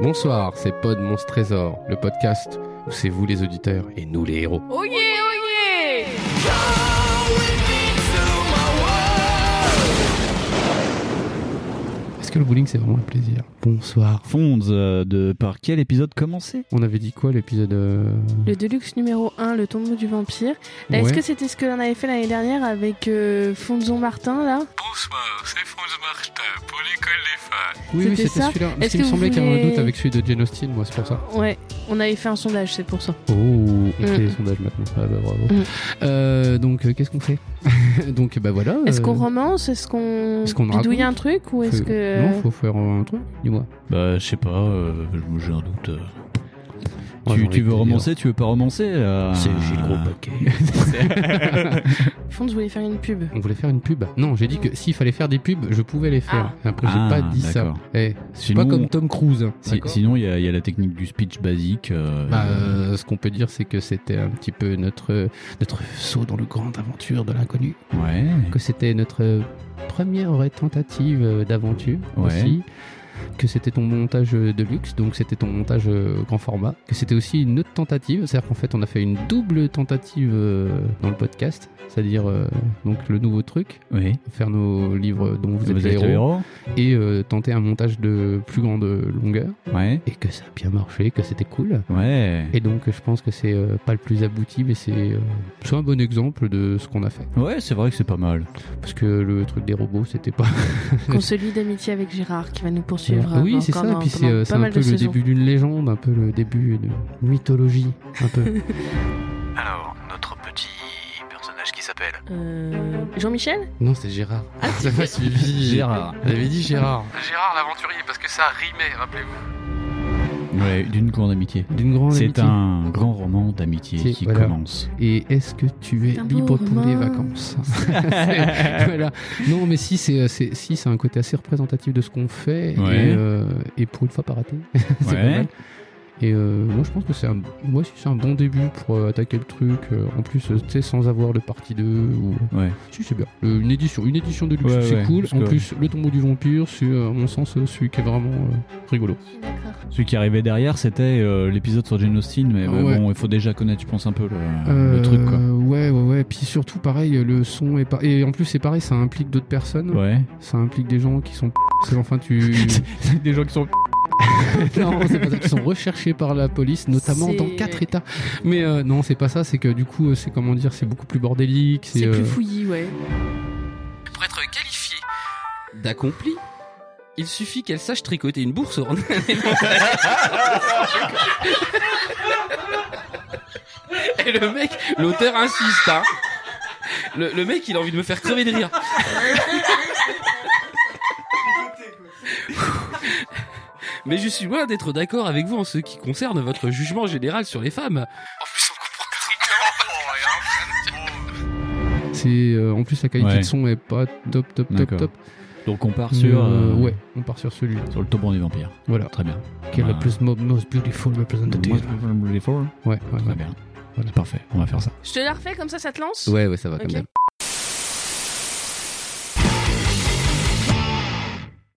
Bonsoir, c'est Pod Monstre Trésor, le podcast où c'est vous les auditeurs et nous les héros. Oh yeah, oh yeah Est-ce que le bowling c'est vraiment un plaisir Bonsoir. Fonds euh, de par quel épisode commencer On avait dit quoi l'épisode euh, Le Deluxe numéro 1, le tombeau du vampire. Là, Est-ce ouais. que c'était ce que l'on avait fait l'année dernière avec euh, Fonzon Martin, là Bonsoir, c'est Franz Martin pour l'école des fans. Oui, oui, c'était c'était ça celui-là. Parce Est-ce qu'il me que vous semblait qu'il y avait un voulez- doute avec celui de Jane Austen, moi c'est pour ça. Ouais, on avait fait un sondage, c'est pour ça. Oh, on fait Mm. les sondages maintenant. Ah bah bravo. Mm. Euh, donc euh, qu'est-ce qu'on fait Donc bah voilà. Est-ce qu'on euh, romance Est-ce qu'on est-ce qu'on bidouille raconte un truc Ou est-ce faut- que. Non, faut faire un truc, dis-moi. Bah je sais pas, euh, j'ai un doute. euh. Ouais, j'ai tu, envie tu de veux te romancer, tu veux pas romancer Ah. euh, paquet. Fonz voulait faire une pub. On voulait faire une pub. Non, j'ai dit que s'il fallait faire des pubs, je pouvais les faire. Après, j'ai Ah, pas dit ça. d'accord. Eh, c'est pas Sinon- comme Tom Cruise. hein. Si- d'accord sinon il y, a- il y a la technique du speech basique. euh, Bah, euh, ce qu'on peut dire, c'est que c'était un petit peu notre, notre saut dans le grande aventure de l'inconnu. Ouais. Que c'était notre première vraie tentative euh, d'aventure Ouais. aussi. Que c'était ton montage de luxe, donc c'était ton montage euh, grand format. Que c'était aussi une autre tentative, c'est-à-dire qu'en fait, on a fait une double tentative euh, dans le podcast, c'est-à-dire euh, donc le nouveau truc, Oui. faire nos livres dont vous êtes, les le héros, et euh, tenter un montage de plus grande longueur. Ouais. Et que ça a bien marché, que c'était cool. Ouais. Et donc, je pense que c'est euh, pas le plus abouti, mais c'est euh, c'est un bon exemple de ce qu'on a fait. Ouais, c'est vrai que c'est pas mal. Parce que le truc des robots, c'était pas. Qu'on se lie d'amitié avec Gérard qui va nous poursuivre. euh, Ah oui, c'est ça. encore dans- Puis c'est pendant euh, pas c'est un mal peu de le saisons. début d'une légende, un peu le début d'une mythologie, un peu. Alors, notre petit personnage qui s'appelle Euh, Jean-Michel non, c'est Gérard. ça m'a suivi. Gérard. On avait dit Gérard. Gérard l'aventurier, parce que ça rimait, rappelez-vous. Ouais, d'une grande amitié. D'une grande C'est amitié. un grand roman d'amitié Si, qui voilà. commence. Et est-ce que tu es C'est un beau libre pour les roman. vacances C'est- voilà. Non, mais si, c'est euh, c'est- si, c'est un côté assez représentatif de ce qu'on fait. Ouais. Et, euh, et pour une fois, pas raté. c'est pas Ouais. mal. Et euh, moi, je pense que c'est un, moi aussi, c'est un bon début pour euh, attaquer le truc. euh, en plus, euh, tu sais, sans avoir le partie 2. Ou... Ouais. Si, c'est bien. Euh, une, édition, une édition de luxe, Ouais, c'est ouais, cool. parce En que- plus, le tombeau du vampire, c'est, euh, à mon sens, euh, celui qui est vraiment euh, rigolo. D'accord. Celui qui arrivait derrière, c'était euh, l'épisode sur Jane Austen, mais bah, Ouais. bon, il faut déjà connaître, je pense, un peu le, Euh, le truc, quoi. Ouais, ouais, ouais. Puis surtout, pareil, le son est pas. Et en plus, c'est pareil, ça implique d'autres personnes. Ouais. Ça implique des gens qui sont. p- Enfin, tu. Des gens qui sont non, c'est pas ça. Qui sont recherchés par la police, notamment C'est- dans quatre états. Mais euh, non, c'est pas ça. C'est que du coup, euh, c'est comment dire, c'est beaucoup plus bordélique. C'est plus euh, fouillis, ouais. Pour être qualifiée d'accompli, il suffit qu'elle sache tricoter une bourse au Et le mec, l'auteur insiste, hein. Le, le mec, il a envie de me faire crever de rire. Mais je suis loin d'être d'accord avec vous en ce qui concerne votre jugement général sur les femmes. En plus, on comprend Oh, strictement pas, rien. C'est euh, en plus la qualité Ouais. de son est pas top top top D'accord. top. Donc on part Mais, sur, euh, euh, ouais, on part sur celui. sur le tombant des vampires. Voilà. Très bien. Qui est Bah, le plus mo- most beautiful representative. Moi, je prends le four. Ouais, ouais, Très ouais. bien. Voilà. Parfait, on va faire ça. Je te la refais comme ça, ça te lance Ouais, ouais, ça va Ok. quand même.